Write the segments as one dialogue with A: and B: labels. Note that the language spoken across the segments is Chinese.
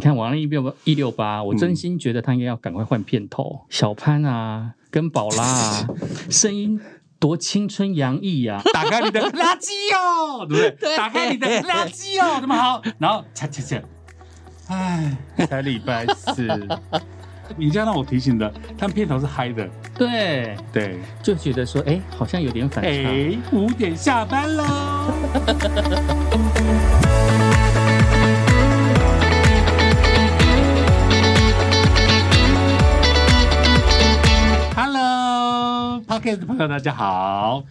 A: 看王力一六一六八，我
B: 嗯
A: 真心觉得他应该要赶快换片头。小潘啊，跟宝拉 啊，声音多青春洋溢呀、啊！打开你 的垃圾哦，对不对？打开你的垃圾 哦，这么好，然后切切切，
B: 唉，才礼拜四， 你这样让我提醒的，他们片头是嗨的，
A: 对，
B: 对，
A: 就觉得说，哎，好像有点反差。
B: 哎，五点下班喽。Hello, Pocket 的朋友，大家好。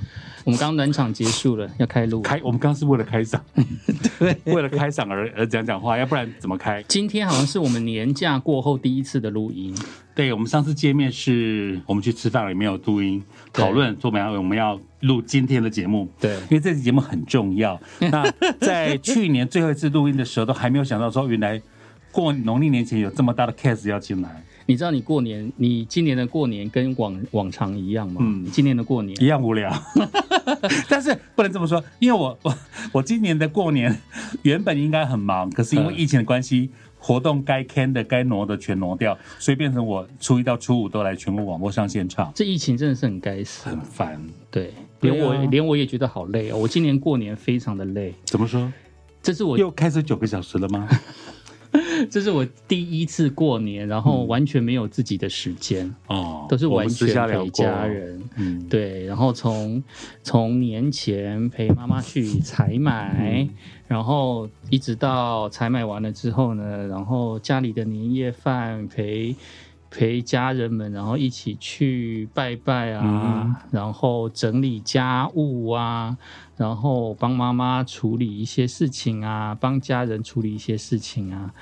A: 我们刚刚暖场结束了，要开录。
B: 开，我们刚刚是为了开场，
A: 对，
B: 为了开场而而讲讲话，要不然怎么开？
A: 今天好像是我们年假过后第一次的录音，
B: 对我们上次见面是我们去吃饭了，也没有录音
A: 对
B: 讨论，说我们要我们要录今天的节目，
A: 对
B: 因为这期节目很重 要。那在去年最后一次录音的时候，都还没有想到说，原来过农历年前有这么大的 case 要进来，
A: 你知道你过年，你今年的过年跟往往常一样吗？
B: 嗯
A: 嗯，今年的过年
B: 一样无聊。 但是不能这么说，因为我我我今年的过年原本应该很忙，可是因为
A: 嗯
B: 疫情的关系。活动该 can 的、该挪的全挪掉，所以变成我初一到初五都来全国广播上现场，
A: 这疫情真的是很该死，
B: 很烦。
A: 对，
B: 对啊
A: 连我、连我也觉得好累哦。我今年过年非常的累，
B: 怎么说？
A: 这是我
B: 又开始九个小时了吗？
A: 这是我第一次过年，然后完全没有自己的时间，
B: 嗯哦，
A: 都是
B: 我
A: 完
B: 们私
A: 全
B: 下聊
A: 陪
B: 过
A: 家。人。
B: 嗯，
A: 对，然后从从年前陪妈妈去采
B: 嗯
A: 买，然后一直到采买完了之后呢，然后家里的年夜饭陪陪家人们，然后一起去拜拜啊，
B: 嗯
A: 然后整理家务啊，然后帮妈妈处理一些事情啊，帮家人处理一些事情啊。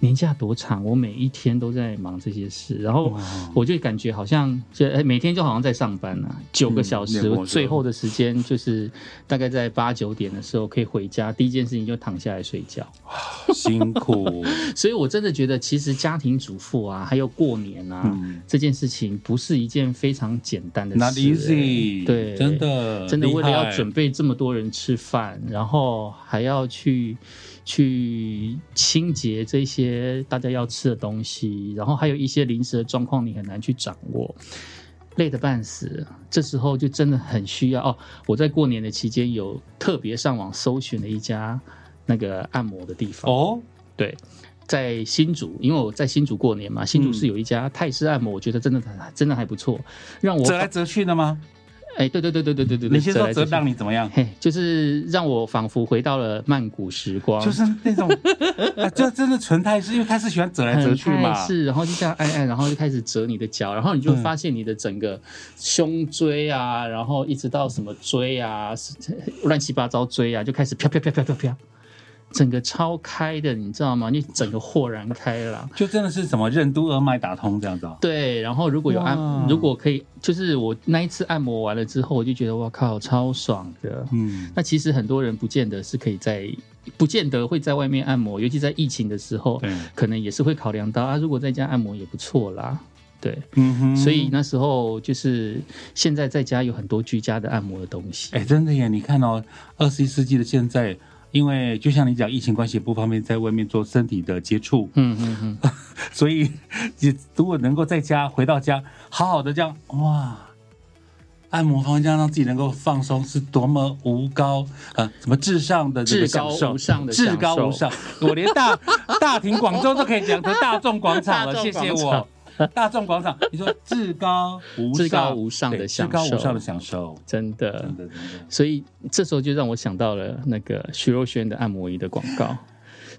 A: 年假多长，我每一天都在忙这些事，然后
B: 哇
A: 我就感觉好像就哎每天就好像在上班啊，九个小
B: 嗯
A: 时，
B: 也没
A: 我
B: 错
A: 最后的时间就是大概在八九点的时候可以回家，第一件事情就躺下来睡觉。
B: 辛 苦。
A: 所以我真的觉得，其实家庭主妇啊，还有过年啊、
B: 嗯
A: 这件事情，不是一件非常简单的事、
B: Not
A: 哎
B: easy，
A: 对，
B: 真的
A: 真的为了
B: 呃厉
A: 要
B: 害
A: 准备这么多人吃饭，然后还要去去清洁这些大家要吃的东西，然后还有一些临时的状况你很难去掌握，累得半死。这时候就真的很需要哦。我在过年的期间有特别上网搜寻了一家那个按摩的地方，
B: 哦，
A: 对。在新竹，因为我在新竹过年嘛，新竹是有一家泰式按摩，我觉得真的真的还不错，让我
B: 折来折去的吗？
A: 哎，对对对对对对对，
B: 你先
A: 折
B: 说
A: 来
B: 折
A: 去
B: 让你怎么样？
A: 嘿，就是让我仿佛回到了曼谷时光，
B: 就是那种，啊这真的纯泰式，因为泰式喜欢折来折去嘛。
A: 是，然后就这样按按，然后就开始折你的脚，然后你就会
B: 嗯
A: 发现你的整个胸椎啊，然后一直到什么椎啊，是乱七八糟椎啊，就开始啪啪啪啪啪啪，整个超开的，你知道吗？你整个豁然开朗。
B: 就真的是什么任督二脉打通这样子哦。
A: 对，然后如果有按
B: 哇，
A: 如果可以，就是我那一次按摩完了之后，我就觉得哇靠，超爽的。
B: 嗯，
A: 那其实很多人不见得是可以在，不见得会在外面按摩，尤其在疫情的时候，
B: 对，
A: 可能也是会考量到啊，如果在家按摩也不错啦。对，
B: 嗯哼
A: 所以那时候就是现在在家有很多居家的按摩的东西。
B: 哎、真的耶！你看哦，二十一世纪的现在，因为就像你讲，疫情关系不方便在外面做身体的接触，
A: 嗯嗯嗯，
B: 所以也如果能够在家回到家，好好的这样哇，按摩房这样让自己能够放松，是多么无高呃什么至上的这个
A: 至高
B: 享受
A: 无上的享
B: 至
A: 受
B: 高无上，我连大大庭广州都可以讲成大众广场 了，
A: 大众
B: 谢谢
A: 广
B: 我。大众广场，你说至高无上，
A: 至高无上的
B: 对
A: 享
B: 至高
A: 受
B: 无上的享受，
A: 真的
B: 真。的真的。
A: 所以这时候就让我想到了那个徐若瑄的按摩椅的广告，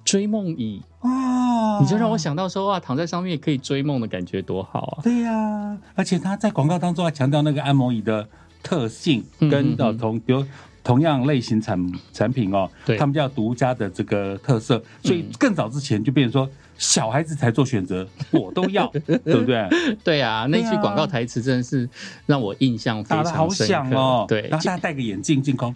A: 追梦椅，
B: 哇！
A: 你就让我想到说哇，啊躺在上面可以追梦的感觉多好啊！
B: 对呀、而且他在广告当中还强调那个按摩椅的特性，
A: 嗯
B: 跟
A: 嗯
B: 呃
A: 嗯
B: 同比如同样类型产产品哦，
A: 对嗯
B: 他们叫独家的这个特色，所以更早之前就变成说小孩子才做选择，我都 要，对不对？
A: 对啊，那
B: 对
A: 句
B: 啊
A: 广告台词真的是让我印象非
B: 打的好
A: 常深
B: 响
A: 刻。
B: 哦，
A: 对
B: 然，后大家戴个眼镜进攻，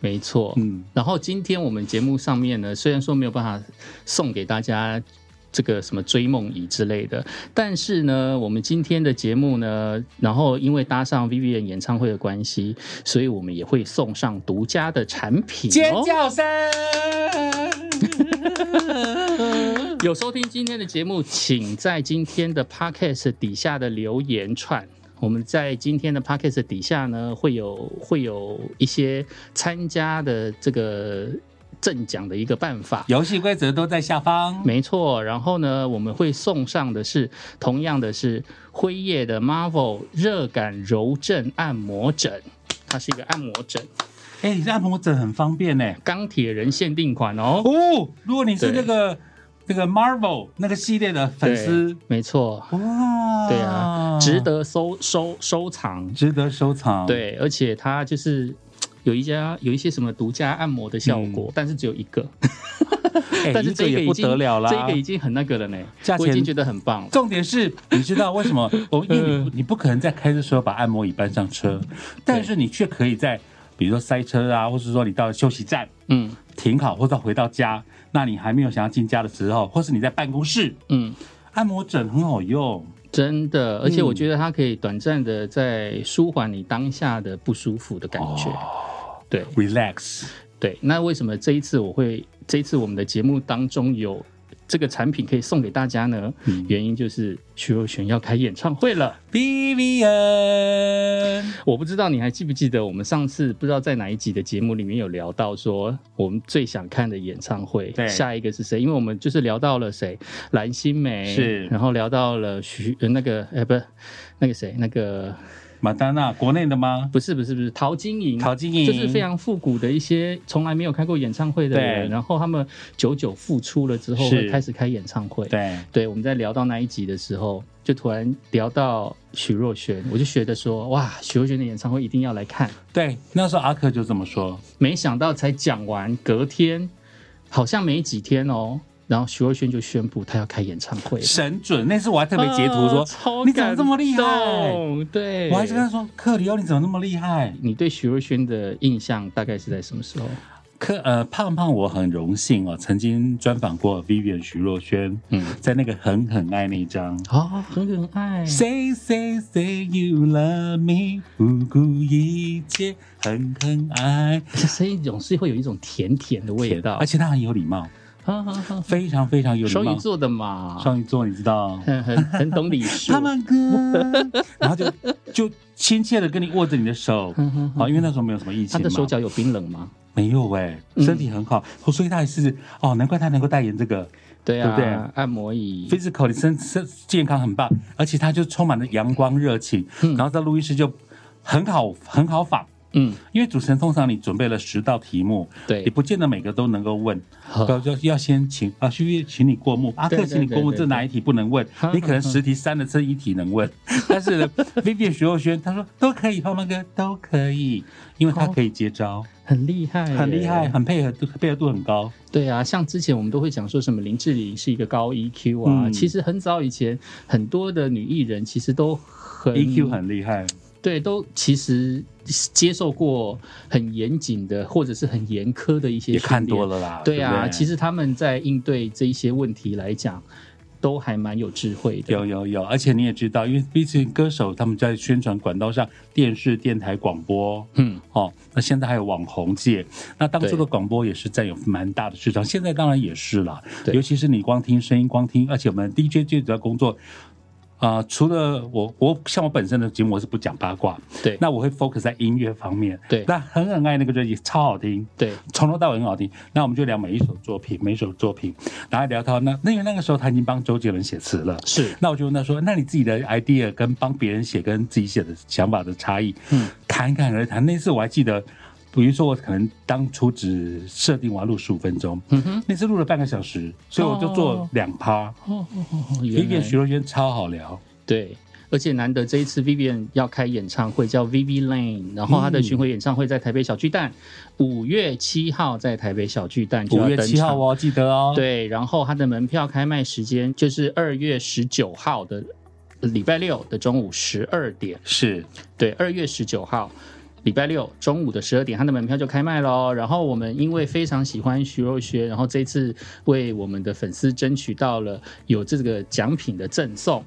A: 没错。
B: 嗯，
A: 然后今天我们节目上面呢，虽然说没有办法送给大家这个什么追梦椅之类的，但是呢，我们今天的节目呢，然后因为搭上 Vivian 演唱会的关系，所以我们也会送上独家的产品、哦。
B: 尖叫声。
A: 有收听今天的节目，请在今天的 podcast 底下的留言串。我们在今天的 podcast 底下呢，会有会有一些参加的这个赠奖的一个办法。
B: 游戏规则都在下方。
A: 没错，然后呢，我们会送上的是同样的是辉夜的 Marvel 热感柔震按摩枕，它是一个按摩枕，
B: 哎、你这按摩枕很方便呢、
A: 钢铁人限定款哦。
B: 哦，如果你是
A: 对
B: 那个那个 Marvel 那个系列的粉丝
A: 对，，没错，
B: 哇，
A: 对啊，值得收收收藏。
B: 值得收藏。，
A: 对，而且它就是有一家有一些什么独家按摩的效果，但是只有一个，
B: 嗯哎
A: 但是
B: 一个
A: 这
B: 也
A: 已
B: 不
A: 经
B: 得了啦。
A: 这个已经很那个了呢，
B: 价
A: 我
B: 钱
A: 已经觉得很棒了。
B: 重点是，你知道为什么？我因为你不你不可能在开车时候把按摩椅搬上 车，但是你却可以在比如说塞车啊，或是说你到休息站
A: 嗯
B: 停好，或者回到家，那你还没有想要进家的时候，或是你在办公室，
A: 嗯，
B: 按摩枕很好用。
A: 真的，而且
B: 嗯
A: 我觉得它可以短暂的在舒缓你当下的不舒服的感觉。
B: 哦
A: 哦对
B: Relax，
A: 对，那为什么这一次我会这一次我们的节目当中有？这个产品可以送给大家呢，
B: 嗯
A: 原因就是徐若瑄要开演唱会了。
B: Vivian，
A: 我不知道你还记不记得我们上次不知道在哪一集的节目里面有聊到说我们最想看的演唱会
B: 对，
A: 下一个是谁？因为我们就是聊到了谁，蓝心湄
B: 是
A: 然后聊到了徐呃那个呃不是那个谁那个
B: 马丹娜，国内的吗？
A: 不是不是不是陶晶莹，
B: 陶晶莹，
A: 就是非常复古的一些从来没有开过演唱会的人，
B: 对
A: 然后他们久久复出了之后
B: 是
A: 会开始开演唱会。
B: 对，
A: 对，我们在聊到那一集的时候，就突然聊到许若瑄，我就觉得说，哇，许若瑄的演唱会一定要来看。
B: 对，那时候阿克就这么说，
A: 没想到才讲完，隔天好像没几天哦，然后徐若瑄就宣布她要开演唱会了，
B: 神准。那次我还特别截图
A: 啊
B: 说，
A: 超
B: 你怎么这么厉害
A: 感动对，
B: 我还是跟他说，克里奥你怎么那么厉害？
A: 你对徐若瑄的印象大概是在什么时候？
B: 可呃，胖胖，我很荣幸哦，曾经专访过 Vivian 徐若瑄，
A: 嗯，
B: 在那个很很爱那一张。
A: 哦，很可爱。
B: Say say say you love me，不顾一切，很很爱
A: 所以总是会有一种甜甜的味道啊
B: 而。且他很有礼貌，
A: 哈哈哈
B: 非常非常有礼
A: 双
B: 貌
A: 鱼。座的嘛，
B: 双鱼座，你知 道？
A: 很很很懂礼数。
B: 他们 哥，然后就就亲切的跟你握着你的手，哦
A: 哼哼哼
B: 好，因为那时候没有什么疫
A: 他
B: 情
A: 的手
B: 嘛，
A: 脚有冰冷吗？
B: 没有哎，
A: 嗯
B: 身体很好，所以他也是哦，难怪他能够代言这个。
A: 对
B: 对
A: 啊，
B: 不对
A: 按摩椅
B: physical 你身身健康很棒，而且他就充满了阳光热情。然后在录音室就很好很好仿，
A: 嗯，
B: 因为主持人通常你准备了十道题目，
A: 对
B: 你不见得每个都能够问，
A: 呵
B: 要要要先请啊，徐月请你过目，阿克
A: 对对
B: 请你过目，
A: 对对
B: 这哪一题不能问
A: 哈？
B: 你可能十题三的这一题能问，但是呢 Vivian 徐若瑄他说都可以，胖胖哥都可以，因为他可以接招，
A: 很厉害，
B: 很厉害，。很配合度配合度很高，
A: 对啊，像之前我们都会讲说什么林志玲是一个高 EQ 啊，
B: 嗯
A: 其实很早以前很多的女艺人其实都 E 很
B: EQ E 很厉害，
A: 对，都其实接受过很严谨的或者是很严苛的一些
B: 也看
A: 训练啊
B: 多。了啦，
A: 对啊，
B: 不
A: 其实他们在应对这一些问题来讲，都还蛮有智慧的。
B: 有有有，而且你也知道，因为毕竟歌手他们在宣传管道上，电视、电台、广播，
A: 嗯，
B: 哦，那现在还有网红界，那当初
A: 对
B: 的广播也是占有蛮大的市场，现在当然也是啦。
A: 对
B: 尤其是你光听声音，光听，而且我们 DJ 最主要工作。啊、除了我，我像我本身的节目我是不讲八卦，
A: 对，
B: 那我会 focus 在音乐方面。
A: 对
B: 那很很爱那个专辑，超好听。
A: 对
B: 从头到尾很好听。那我们就聊每一首作品，每一首作品，然后聊到那，那因为那个时候他已经帮周杰伦写词了。
A: 是，
B: 那我就问他说：“那你自己的 idea 跟帮别人写跟自己写的想法的差异，
A: 嗯，
B: 谈一谈而谈。那次我还记得，比如说我可能当初只设定我要录十五分钟，
A: 嗯哼，
B: 那次录了半个小时，所以我就做两趴。
A: 哦哦哦哦，
B: 一
A: 原
B: 遍
A: 来
B: 徐若瑄超好聊，
A: 对。而且难得这一次 Vivian 要开演唱会，叫 Vivi Lane，然后她的巡回演唱会在台北小巨蛋，五、月七号在台北小巨蛋就
B: 嗯五
A: 要
B: 月
A: 登
B: 七号
A: 场。
B: 哦，记得哦。，
A: 对，然后它的门票开卖时间就是二月十九号的礼拜六的中午十二点。
B: 是
A: 对，二月十九号，礼拜六中午的十二点，它的门票就开卖喽。然后我们因为非常喜欢徐若瑄，然后这次为我们的粉丝争取到了有这个奖品的赠送，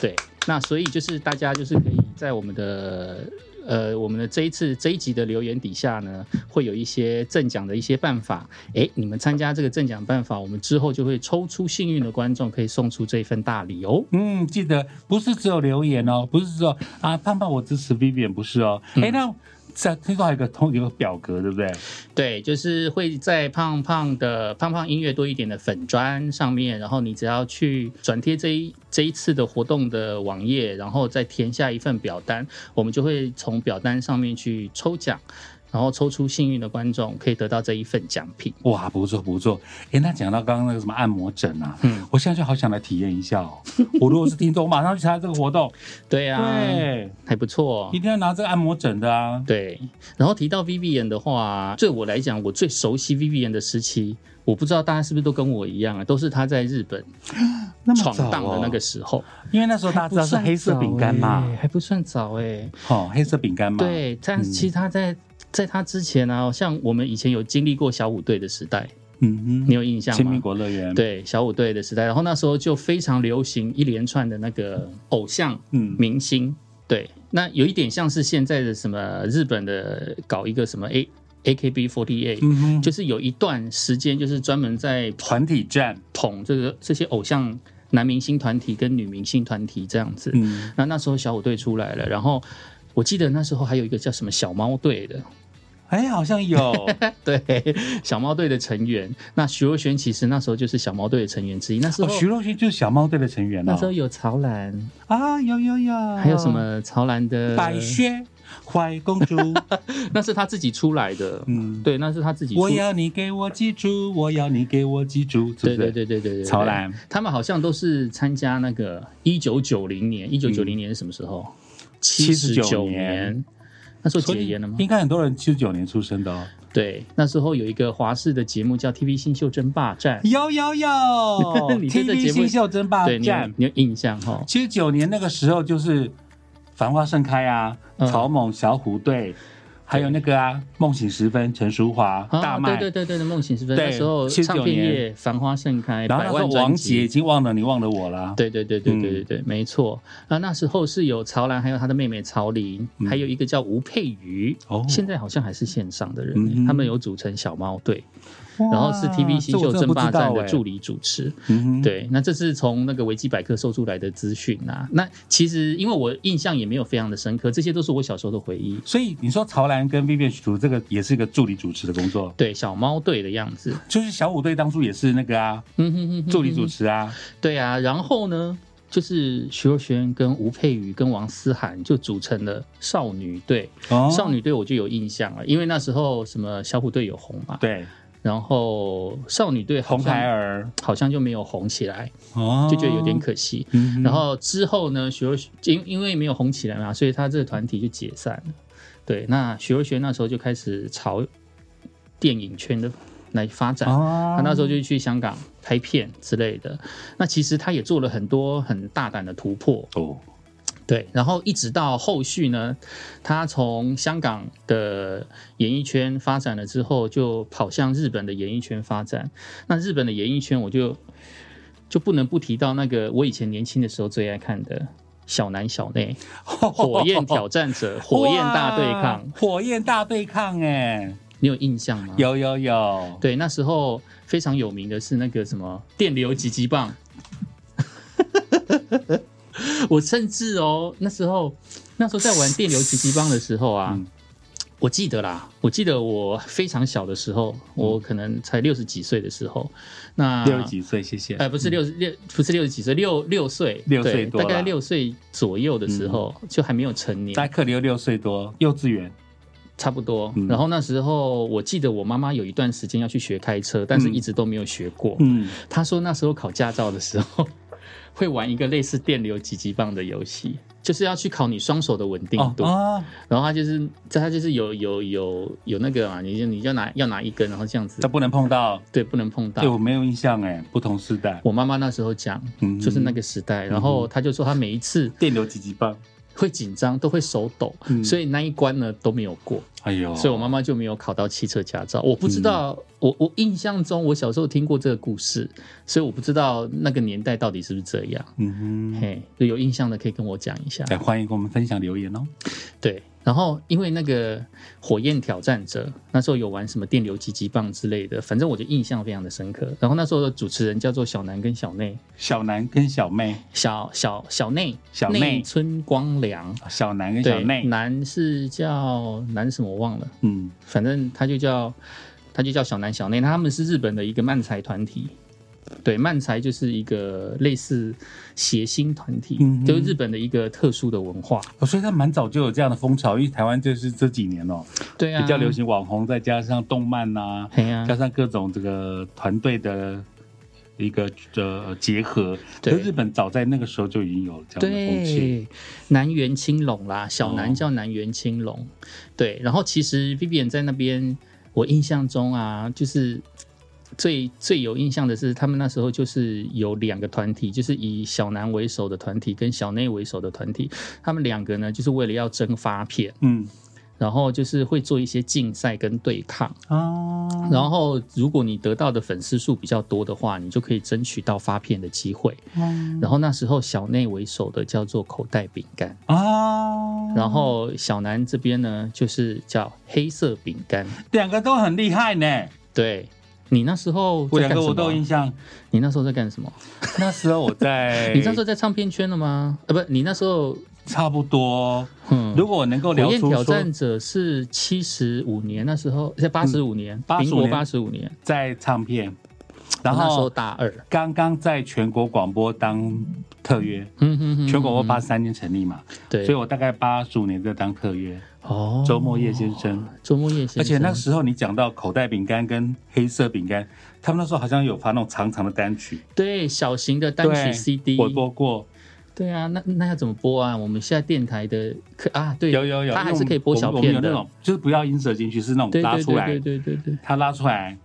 A: 对，那所以就是大家就是可以在我们的呃我们的这一次这一集的留言底下呢，会有一些赠奖的一些办法。诶，你们参加这个赠奖办法，我们之后就会抽出幸运的观众，可以送出这份大礼哦。
B: 嗯，记得不是只有留言哦，不是只有啊，胖胖我支持 Vivian 不是哦。
A: 嗯
B: 哎、那在听说还有一个通有个表格，对不对？
A: 对，就是会在胖胖的胖胖音乐多一点的粉砖上面，然后你只要去转贴这一这一次的活动的网页，然后再填下一份表单，我们就会从表单上面去抽奖，然后抽出幸运的观众可以得到这一份奖品。
B: 哇，不错不错。哎，那讲到刚刚那个什么按摩枕啊，
A: 嗯
B: 我现在就好想来体验一下哦。我如果是听众，我马上去参加这个 活动。
A: 对啊，
B: 对，
A: 还不错哦
B: 一。定要拿这个按摩枕的啊。
A: 对，然后提到 Vivian 的话，对我来讲，我最熟悉 Vivian 的时期，我不知道大家是不是都跟我一样啊，都是她在日本
B: 那么
A: 闯
B: 早
A: 荡的
B: 哦
A: 那个，时候。
B: 因为那时候大家知道是黑色饼干嘛
A: 哎还不算早，欸还不算早哎、欸。
B: 哦，黑色饼干嘛。，
A: 对，但
B: 嗯
A: 其实他在在他之前啊，像我们以前有经历过小虎队的时代，
B: 嗯
A: 你有印
B: 哼，
A: 象
B: 亲民
A: 吗？
B: 国乐园。，
A: 对，小虎队的时代，然后那时候就非常流行一连串的那个偶像
B: 嗯，
A: 明星，对，那有一点像是现在的什么日本的搞一个什么 A A K B forty eight。
B: 嗯哼，
A: 就是有一段时间，就是专门在捧
B: 团体战。
A: 捧这个这些偶像男明星团体跟女明星团体这样子。
B: 嗯，
A: 那那时候小虎队出来了，然后我记得那时候还有一个叫什么小猫队的，
B: 哎，好像有。
A: 对，小猫队的成员。那徐若瑄其实那时候就是小猫队的成员之一。那时
B: 哦，
A: 候、
B: 徐若瑄就是小猫队的成员
A: 那时候
B: 哦。
A: 有曹兰，
B: 啊，有有有，
A: 还有什？么曹兰的
B: 百雪怀公 主，
A: 那是他自己出来的。
B: 嗯，
A: 对，那是他自己出。
B: 我要你给我记住，我要你给我记住，是不
A: 对
B: 是？
A: 对对对对对，对
B: 曹兰，
A: 他们好像都是参加那个一九九零年，一九九零年是什么时候？
B: 79
A: 年。那时候
B: 所
A: 解
B: 以
A: 严了吗？
B: 应该很多人七十九年出生的哦。
A: 对，那时候有一个华视的节目叫《TV 新秀争霸战》，
B: 有有有
A: 你对这节
B: ，TV
A: 目
B: 新秀争霸
A: 对，你有
B: 战，
A: 你有印象哈？
B: 七十九年那个时候就是繁花盛开啊，
A: 嗯
B: 草蜢、小虎队，还有那个啊，梦醒时分，陈淑华、
A: 啊
B: 大麦，
A: 对对对对对，梦醒时分
B: 对
A: 那时候
B: 79
A: 唱片业繁花盛开，
B: 然
A: 百
B: 后那时
A: 万
B: 候
A: 专
B: 王杰已
A: 辑。
B: 经忘了你忘了我啦。
A: 对对对对
B: 嗯
A: 对对对，没错。啊，那时候是有曹兰，还有她的妹妹曹琳，
B: 嗯
A: 还有一个叫吴佩瑜，
B: 哦
A: 现在好像还是线上的人
B: 嗯
A: 欸，
B: 哼
A: 他们有组成小猫队，
B: 哇
A: 然后是 TV 新秀争霸战的，
B: 这我真不知道
A: 助理主持。
B: 哎嗯哼，
A: 对，那这是从那个维基百科搜出来的资讯啊。那其实因为我印象也没有非常的深刻，这些都是我小时候的回忆。
B: 所以你说曹兰跟 Vivian 主这个也是一个助理主持的工作，
A: 对，小猫队的样子。
B: 就是小虎队当初也是那个啊，
A: 嗯哼哼哼
B: 助理
A: 哼
B: 主持啊，
A: 对啊，然后呢，就是徐若瑄跟吴佩瑜跟王思涵就组成了少女队。
B: 哦
A: 少女队我就有印象了，因为那时候什么小虎队有红嘛，
B: 对，
A: 然后少女队好
B: 红
A: 像
B: 孩儿，
A: 好像就没有红起来，
B: 哦
A: 就觉得有点，可惜。
B: 嗯哼
A: 然后之后呢，徐若瑄因因为没有红起来嘛，所以她这个团体就解散了。对，那徐若瑄那时候就开始朝电影圈的来发展。
B: 啊
A: 他那时候就去香港拍片之类的。那其实他也做了很多很大胆的突破，
B: 哦，
A: 对。然后一直到后续呢，他从香港的演艺圈发展了之后，就跑向日本的演艺圈发展。那日本的演艺圈，我就就不能不提到那个我以前年轻的时候最爱看的《小南小内》《火焰 挑战者》《火焰大对抗》
B: 哇，，火焰大对抗，哎，
A: 你有印象吗？。
B: 有有有，
A: 对，那时候非常有名的是那个什么电流击击棒。 我甚至哦，那时候那时候在玩电流击击棒的时候啊，
B: 嗯
A: 我记得啦，我记得我非常小的时候，我可能才六十几岁的时候，那
B: 嗯六十几岁，谢谢，
A: 哎、不是六十六，不是六十几岁，六六岁，
B: 六岁
A: 对
B: 多
A: 大概
B: 啦嗯
A: 六岁左右的时候，就还没有成年，
B: 大克里六岁多，幼稚园，
A: 差不多。
B: 嗯
A: 然后那时候我记得我妈妈有一段时间要去学开车，但是
B: 嗯
A: 一直都没有学过。
B: 嗯，
A: 他说那时候考驾照的时候， 会玩一个类似电流击击棒的游戏，就是要去考你双手的稳定
B: 哦
A: 度。
B: 啊，
A: 然后他就是，这他就是有有有有那个嘛，你就你就拿要拿一根，然后这样子
B: 这，不能碰到，
A: 对，不能碰到
B: 对。我没有印象，哎，不同时代，
A: 我妈妈那时候讲，
B: 嗯
A: 就是那个时代，然后她就说她每一次
B: 电流几级棒，
A: 会紧张，都会手抖，
B: 嗯
A: 所以那一关呢都没有过。
B: 哎呦，
A: 所以我妈妈就没有考到汽车驾照。我不知道，
B: 嗯
A: 我我印象中我小时候听过这个故事，所以我不知道那个年代到底是不是这样。
B: 嗯哼。
A: 嘿，有印象的可以跟我讲一下。
B: 哎，欢迎跟我们分享留言哦。
A: 对，然后因为那个《火焰挑战者》，那时候有玩什么电流击击棒之类的，反正我就印象非常的深刻。然后那时候的主持人叫做小南跟小内，
B: 小南跟小妹，
A: 小小小内，
B: 小内
A: 村光良，
B: 小南跟小
A: 对，
B: 妹，
A: 南是叫南什么我忘了，
B: 嗯，
A: 反正他就叫他就叫小南小内，他们是日本的一个漫才团体。对，漫才就是一个类似谐星团体，
B: 嗯哼
A: 就是日本的一个特殊的文化。
B: 哦所以他蛮早就有这样的风潮，因为台湾就是这几年哦，
A: 对啊，嗯
B: 比较流。行网红，再加上动漫呐、
A: 嘿啊呀、
B: 加上各种这个团队的一个呃结合，
A: 对
B: 所以日本早在那个时候就已经有这样的风气。
A: 对，南园青龙啦，小
B: 哦
A: 南叫南园青龙。对，然后其实 Vivian 在那边，我印象中啊，就是最最有印象的是，他们那时候就是有两个团体，就是以小南为首的团体跟小内为首的团体，他们两个呢，就是为了要争发片，
B: 嗯
A: 然后就是会做一些竞赛跟对抗。
B: 啊，
A: 然后，如果你得到的粉丝数比较多的话，你就可以争取到发片的机会。
B: 啊
A: 然后那时候小内为首的叫做口袋饼干，
B: 啊，
A: 然后小南这边呢就是叫黑色饼干。
B: 两个都很厉害呢，
A: 对你那时候
B: 我
A: 在
B: 两
A: 干
B: 个
A: 什
B: 我都
A: 么
B: 有印
A: 啊？
B: 象。
A: 你那时候在干什么？
B: 那时候我
A: ，
B: 在
A: 你那时候在唱片圈了吗？啊，不，你那时候，
B: 差不多，
A: 嗯，
B: 如果我能够聊
A: 火焰
B: 出
A: 挑
B: 说
A: 战者是七十五年，那时候在八十五年，
B: 85
A: 民国
B: 年
A: 八十五年，
B: 在唱片，然
A: 我哦那时候
B: 后
A: 大二，
B: 刚刚在全国广播当特约，
A: 嗯哼哼，
B: 全国广播
A: 嗯
B: 八十三年成立嘛，
A: 对，
B: 所以我大概八十五年在当特约，
A: 哦，
B: 周末夜先生。
A: 周末夜先生，
B: 而且那时候你讲到口袋饼干跟黑色饼干，他们那时候好像有发那种长长的单曲，
A: 对小型的单曲
B: 对
A: CD，
B: 我播过，
A: 对啊，那那要怎么播啊？我们现在电台的可啊，对，
B: 有有有，
A: 它还
B: 因为我
A: 是
B: 们
A: 可以播小
B: 我们
A: 片
B: 有
A: 的
B: 那种就是不要音色进去，是那
A: 对
B: 种拉
A: 对
B: 出来
A: 对，对对对对，嗯
B: 它拉出来，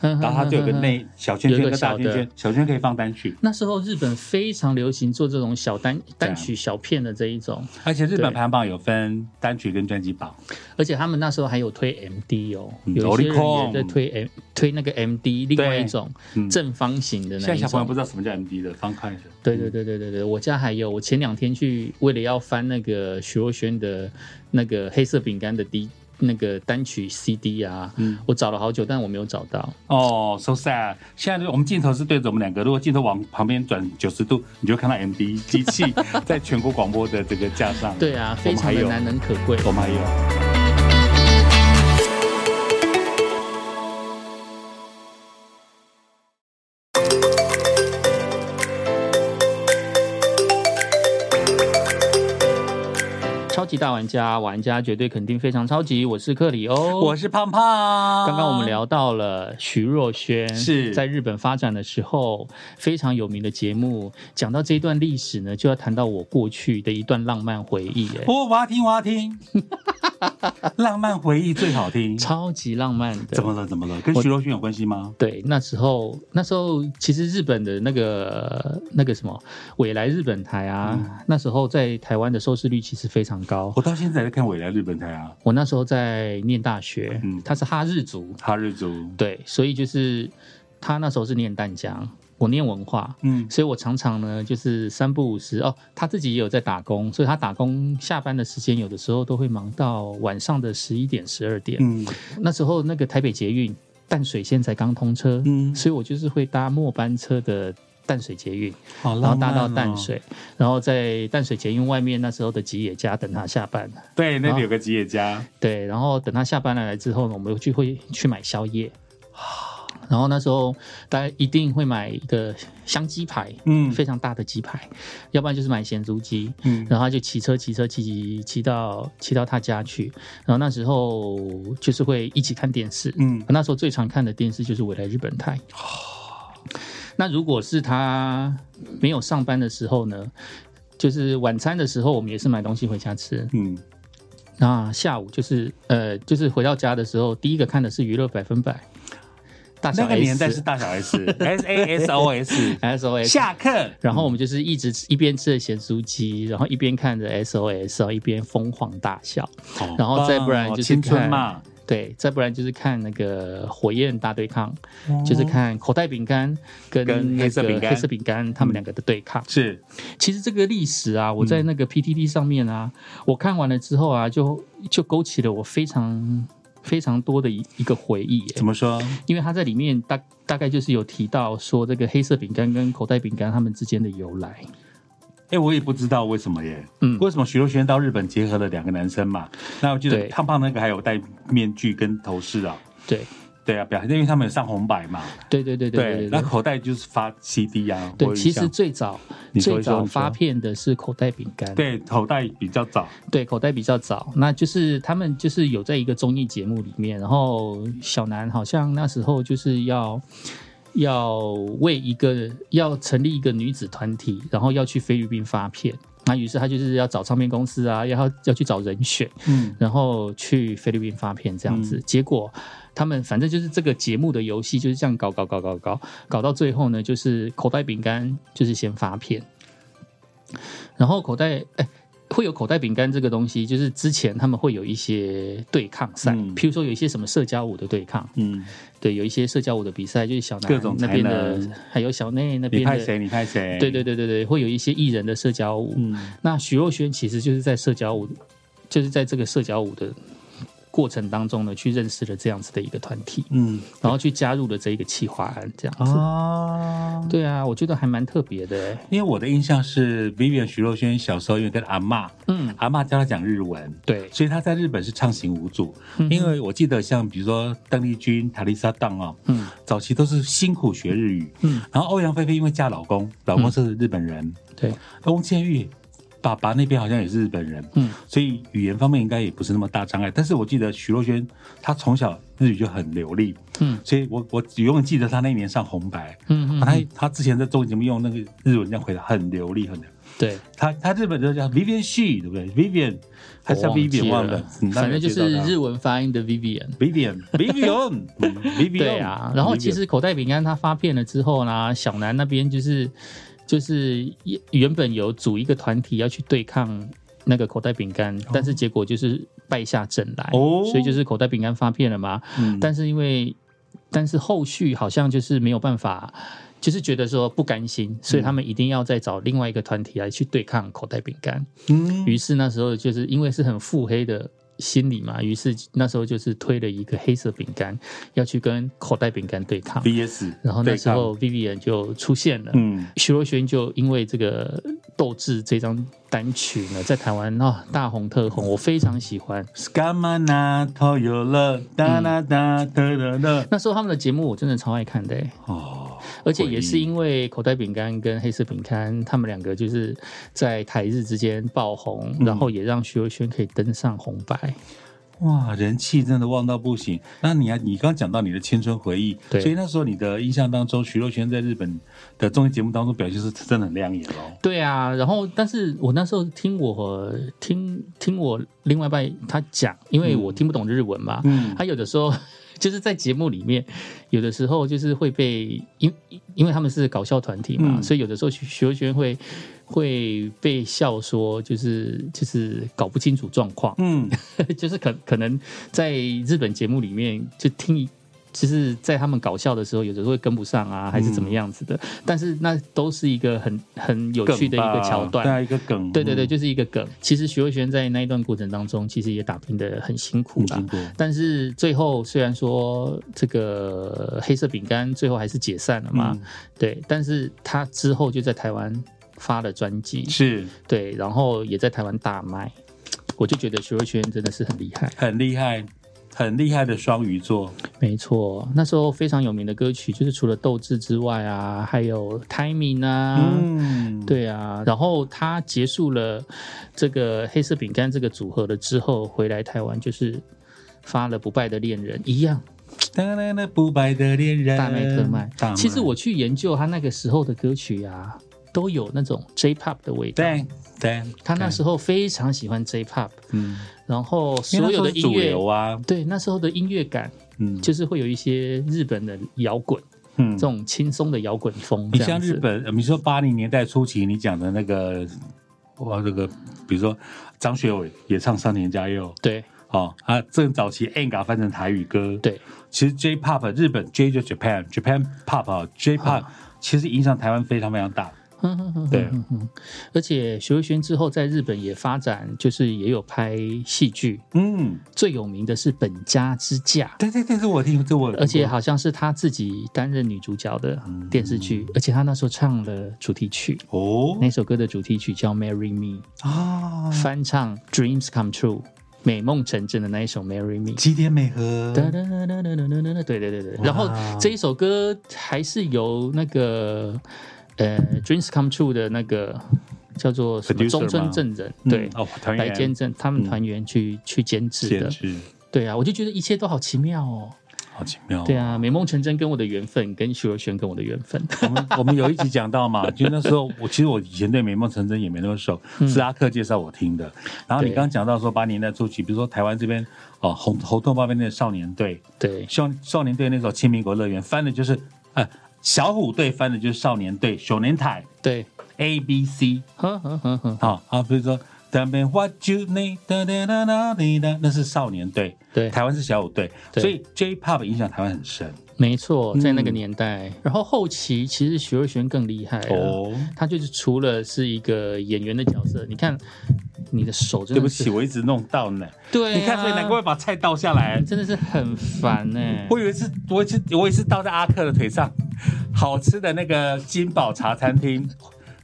A: 然
B: 然后它就有个。内小圈
A: 有一
B: 圈
A: 个
B: 跟大圈
A: 小
B: 圈
A: 的，
B: 小圈可以放单曲，
A: 那时候日本非常流行做这种小单单曲小片的这一种，
B: 而且日
A: 对
B: 本排行榜有分单曲跟专辑榜，
A: 而且他们那时候还有推 MD 哦，
B: 嗯
A: 有一些人
B: Oricon
A: 也在推 M 推那个 MD，另外一种
B: 嗯
A: 正方形的
B: 现
A: 那
B: 在
A: 一
B: 小朋友不
A: 种。
B: 知道什么叫 MD 的方块的，
A: 对对对对对对，我家还有。我前两天去为了要翻那个徐若瑄的那个黑色饼干的 D 那个单曲 CD 啊，
B: 嗯
A: 我找了好久，但我没有找到。
B: 哦，so sad。现在如果我们镜头是对着我们两个，如果镜头往旁边转九十度，你就看到 MD 机 器在全国广播的这个架上。
A: 对啊，
B: 我
A: 非
B: 们
A: 常
B: 还
A: 的
B: 有，哦
A: 难能可贵。
B: 我们还有。
A: 超级大玩家，玩家绝对肯定非常超级。我是克里欧，
B: 我是胖胖。
A: 刚
B: 刚
A: 刚我们聊到了徐若瑄
B: 是
A: 在日本发展的时候非常有名的节目。讲到这一段历史呢，就要谈到我过去的一段浪漫回忆、哎，
B: 哦，我要听，我 要听。浪漫回忆最好听。
A: 超级浪漫的。
B: 怎么了？怎么了？跟徐若瑄有关系吗？
A: 对，那时候那时候其实日本的那个那个什么未来日本台啊，
B: 嗯
A: 那时候在台湾的收视率其实非常高。
B: 我到现在还在看《未来日本台》啊，
A: 我那时候在念大学，
B: 嗯
A: 他是哈日族，
B: 哈日族。
A: 对，所以就是他那时候是念淡江，我念文化，
B: 嗯，
A: 所以我常常呢就是三不五时哦，他自己也有在打工，所以他打工下班的时间有的时候都会忙到晚上的十一点十二点。
B: 嗯，
A: 那时候那个台北捷运淡水线才刚通车，
B: 嗯
A: 所以我就是会搭末班车的。淡水捷运，
B: 好
A: 然后
B: 浪漫、
A: 搭
B: 哦。
A: 到淡。水，然后在淡水捷运外面那时候的吉野家等他下班，
B: 对，那里有个吉野家。
A: 对，然后等他下班来之后呢，我们就会去买宵夜。
B: 啊
A: 然后那时候大家一定会买一个香鸡排，
B: 嗯
A: 非常大的鸡排，要不然就是买咸猪鸡。
B: 嗯
A: 然后他就骑车骑车骑骑骑到骑到他家去。然后那时候就是会一起看电视，
B: 嗯
A: 那时候最常看的电视就是《未来日本台》。那如果是他没有上班的时候呢，就是晚餐的时候，我们也是买东西回家吃。
B: 嗯，
A: 那下午就是呃，就是回到家的时候，第一个看的是娱乐百分百，大小
B: 那
A: S,
B: 个年代是大 小 S，S A S O S。
A: SOS。
B: 下课，
A: 然后我们就是一直吃一边吃着咸酥鸡，然后一边看着 SOS，然后一边疯狂大笑。然后再不然就是
B: 青春
A: 看
B: 嘛，
A: 对，再不然就是看那个火焰大对抗，就是看口袋饼干跟
B: 跟
A: 那个
B: 黑色饼干嗯
A: 黑色饼干他们两个的对抗。
B: 是
A: 其实这个历史啊，我
B: 嗯
A: 在那个 PTT 上面啊，我看完了之后啊，就就勾起了我非常非常多的一一个回忆耶、
B: 怎么说？
A: 因为他在里面大大概就是有提到说这个黑色饼干跟口袋饼干他们之间的由来。
B: 哎、我也不知道为什么耶。
A: 嗯
B: 为什么徐若瑄到日本结合了两个男生嘛？那我记得
A: 对
B: 胖胖那个还有戴面具跟头饰啊。
A: 对，
B: 对啊，表现因为他们有上红白嘛。
A: 对对对对对。
B: 那口袋就是发 CD 啊。我
A: 对，
B: 有
A: 其
B: 印象
A: 实最早
B: 你说
A: 最
B: 一说
A: 早
B: 你说
A: 发片的是口袋饼干，
B: 对口袋比较早，
A: 对，口袋比较早，那就是他们就是有在一个综艺节目里面，然后小南好像那时候就是要要为一个要成立一个女子团体，然后要去菲律宾发片，那于是他就是要找唱片公司啊，要要去找人选，
B: 嗯，
A: 然后去菲律宾发片这样子，结果他们反正就是这个节目的游戏就是这样搞搞搞搞搞，搞到最后呢，就是口袋饼干就是先发片，然后口袋哎。会有口袋饼干这个东西，就是之前他们会有一些对抗赛，
B: 嗯
A: 譬如说有一些什么社交舞的对抗，
B: 嗯，
A: 对，有一些社交舞的比赛，就是小南
B: 各种
A: 那边的
B: 才能，
A: 还有小内那
B: 你
A: 边
B: 拍
A: 的，
B: 谁？你拍谁？
A: 对对，对对对，会有一些艺人的社交舞，
B: 嗯，
A: 那徐若瑄其实就是在社交舞，就是在这个社交舞的过程当中呢，去认识了这样子的一个团体，
B: 嗯
A: 然后去加入了这一个企划案，这样子。
B: 啊，
A: 对啊，我觉得还蛮特别的、欸。
B: 因为我的印象是 Vivian 徐若瑄小时候因为跟阿嬷，
A: 嗯，
B: 阿嬷教她讲日文。
A: 对，
B: 所以她在日本是畅行无阻，
A: 嗯
B: 因为我记得像比如说邓丽君、塔丽莎当啊，
A: 嗯
B: 早期都是辛苦学日语，
A: 嗯，
B: 然后欧阳菲菲因为嫁老公，老公是日本人，
A: 对，
B: 翁倩玉爸爸那边好像也是日本人，
A: 嗯，
B: 所以语言方面应该也不是那么大障碍。但是我记得徐若瑄她从小日语就很流利，
A: 嗯
B: 所以我我永远记得她那一年上红白，
A: 嗯嗯，
B: 她她之前在综艺节目用那个日文这样回答，很流利，很流利。
A: 对，
B: 她她日本人叫 Vivian She 对不对？Vivian 还是叫
A: 我忘记
B: Vivian 忘
A: 了
B: 了，嗯
A: 反正就是。
B: 那你有介
A: 日
B: 绍她
A: 文发音的 Vivian。
B: Vivian Vivian 嗯 Vivian
A: 对啊，然后其
B: Vivian
A: 实口袋饼干它发片了之后呢，小南那边就是就是原本有组一个团体要去对抗那个口袋饼干，但是结果就是败下阵来，
B: 哦
A: 所以就是口袋饼干发片了嘛。
B: 嗯
A: 但是因为但是后续好像就是没有办法。就是觉得说不甘心，所以他们一定要再找另外一个团体来去对抗口袋饼干。
B: 嗯
A: 于是那时候就是因为是很腹黑的心理嘛，于是那时候就是推了一个黑色饼干，要去跟口袋饼干对抗。
B: VS，
A: 然后那时
B: 对抗
A: 候 Vivian 就出现了，
B: 嗯
A: 徐若瑄就因为这个《斗志》这张单曲呢，在台湾啊大红特红，我非常喜欢。
B: 干嘛呢？头有了，
A: 嗯
B: 哒啦哒哒啦啦。
A: 那时候他们的节目我真的超爱看的、欸，
B: 哦，
A: 而且也是因为口袋饼干跟黑色饼干，他们两个就是在台日之间爆红，然后也让徐若瑄可以登上红白。
B: 哇，人气真的旺到不行。那你还你刚刚讲到你的青春回忆，
A: 对
B: 所以那时候你的印象当中，徐若瑄在日本的综艺节目当中表现是真的很亮眼哦。
A: 对啊，然后但是我那时候听我听听我另外一半他讲，因为我听不懂日文嘛，
B: 嗯
A: 他有的时候 就是在节目里面，有的时候就是会被因因为他们是搞笑团体嘛，
B: 嗯
A: 所以有的时候徐徐若瑄会会被笑说，就是就是搞不清楚状况，
B: 嗯，
A: 就是可可能在日本节目里面就听一，就是在他们搞笑的时候，有的时候会跟不上啊，还是怎么样子的。
B: 嗯
A: 但是那都是一个很很有趣的一个桥
B: 对
A: 段。
B: 啊，一个梗，
A: 对对对，就是一个梗。其实徐若瑄在那一段过程当中，其实也打拼的很辛苦啦
B: 很辛苦。
A: 但是最后虽然说这个黑色饼干最后还是解散了嘛，
B: 嗯
A: 对，但是他之后就在台湾发了专辑，
B: 是
A: 对，然后也在台湾大卖，我就觉得徐若瑄真的是很厉害。
B: 很厉害，很厉害的双鱼座。
A: 没错，那时候非常有名的歌曲就是除了《斗志》之外啊，还有《Timing》啊。
B: 嗯，
A: 对啊，然后他结束了这个黑色饼干这个组合了之后，回来台湾就是发了《不败的恋人》一样
B: 哒啦啦，不败的恋人，
A: 大卖特卖。
B: 嗯大卖
A: 其实我去研究他那个时候的歌曲啊，都有那种 J-pop 的味道。
B: 对对，
A: 他那时
B: 候
A: 候非常喜欢 J-pop，
B: 嗯，
A: 然后
B: 因
A: 所
B: 为那时
A: 有
B: 候
A: 的
B: 是
A: 音
B: 主
A: 乐
B: 流啊，
A: 对那时候的音乐感，
B: 嗯，
A: 就是会有一些日本的摇滚，
B: 嗯
A: 这种轻松的摇滚风。
B: 你
A: 这样
B: 像
A: 子
B: 日本，呃你说八零年代初期，你讲的那个，哇，这个，比如说张学友也唱《三年加油》，
A: 对
B: 哦，啊，正早期 a n g a 翻成台语歌，
A: 对，
B: 其实 J-pop 日本 J 就 Japan，Japan Pop 啊 J-pop 其实影响台湾非常非常大，对，
A: 而且徐慧轩之后在日本也发展，就是也有拍戏剧，
B: 嗯，
A: 最有名的是《本家之嫁》。
B: 对对对，这我听，这我有听过，
A: 而且好像是她自己担任女主角的电视剧，
B: 嗯
A: 而且她那时候唱了主题曲，
B: 哦
A: 那首歌的主题曲叫《Marry Me
B: 啊》，，
A: 翻唱《Dreams Come True》美梦成真的那一首《Marry Me》。
B: 吉田美和，
A: 哒哒哒哒哒哒哒哒，对对对对。
B: 哇
A: 然后这一首歌还是由那个呃《Dreams Come True》的那个叫做什么
B: Producer
A: 中
B: 吗
A: 村正人，
B: 嗯
A: 对，
B: 哦，团
A: 来
B: 员
A: 监证他们团员去、去监制
B: 嗯监
A: 的。
B: 制，
A: 对啊，我就觉得一切都好奇妙哦。
B: 好奇妙，
A: 对。啊，美梦成真跟我的缘分，跟徐若瑄跟我的缘 分。
B: 我们我们有一集讲 到嘛，就那时候我其实我以前对《美梦成真》也没那么熟，是阿克介绍我听的。然后
A: 嗯
B: 你
A: 对
B: 刚刚讲到说八年代初期，比如说台湾这边哦红红豆包边的少年队，
A: 对
B: 少少年队那首《青苹果乐园》翻的就是呃小虎队翻的就是少年队，少年台
A: 对，
B: A B C
A: 呵呵呵呵，
B: 啊啊，比如说。Tell me what you need，哒哒哒哒哒哒那是少年队，
A: 对，
B: 台湾是小虎队，
A: 对
B: 所以 J-pop 影响台湾很深
A: 没错，在那个
B: 嗯
A: 年代。然后后期其实徐若瑄更厉害、啊、
B: 哦。
A: 他就是除了是一个演员的角色，你看你的手真的
B: 对不
A: 是
B: 起，，我一直弄到呢。
A: 对、啊，
B: 你看，所以难怪会把菜倒下来。
A: 真的是很烦呢、
B: 我以为是，我一次我一次倒在阿克的腿上。好吃的那个金宝茶餐厅，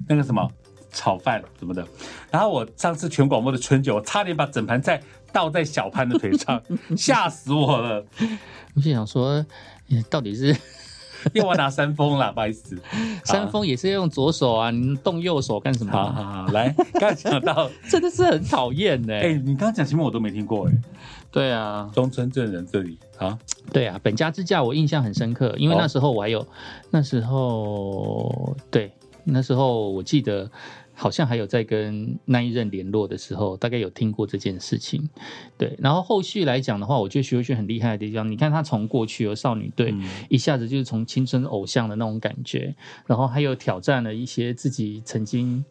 B: 那个什么炒饭什么的。然后我上次全广播的春酒，我差点把整盘菜倒在小潘的腿 上，吓死我了。
A: 我就想说，你到底 是
B: 因为我拿山峰啦，不好意思。
A: 山峰也是要用左手啊，你动右手干什么
B: 好
A: 啊、
B: 好好，来，刚才讲到，
A: 真的是很讨厌呢。
B: 哎、你刚刚讲前面我都没听过哎、
A: 对啊，
B: 中村正人这里啊，
A: 对啊，本家之嫁我印象很深刻，因为
B: 哦
A: 那时候我还有，那时候对，那时候我记得好像还有在跟那一任联络的时候，大概有听过这件事情。对，然后后续来讲的话，我觉得徐慧瑄很厉害的地方，你看她从过去有少女队。
B: 嗯
A: 一下子就是从青春偶像的那种感觉，然后还有挑战了一些自己曾经，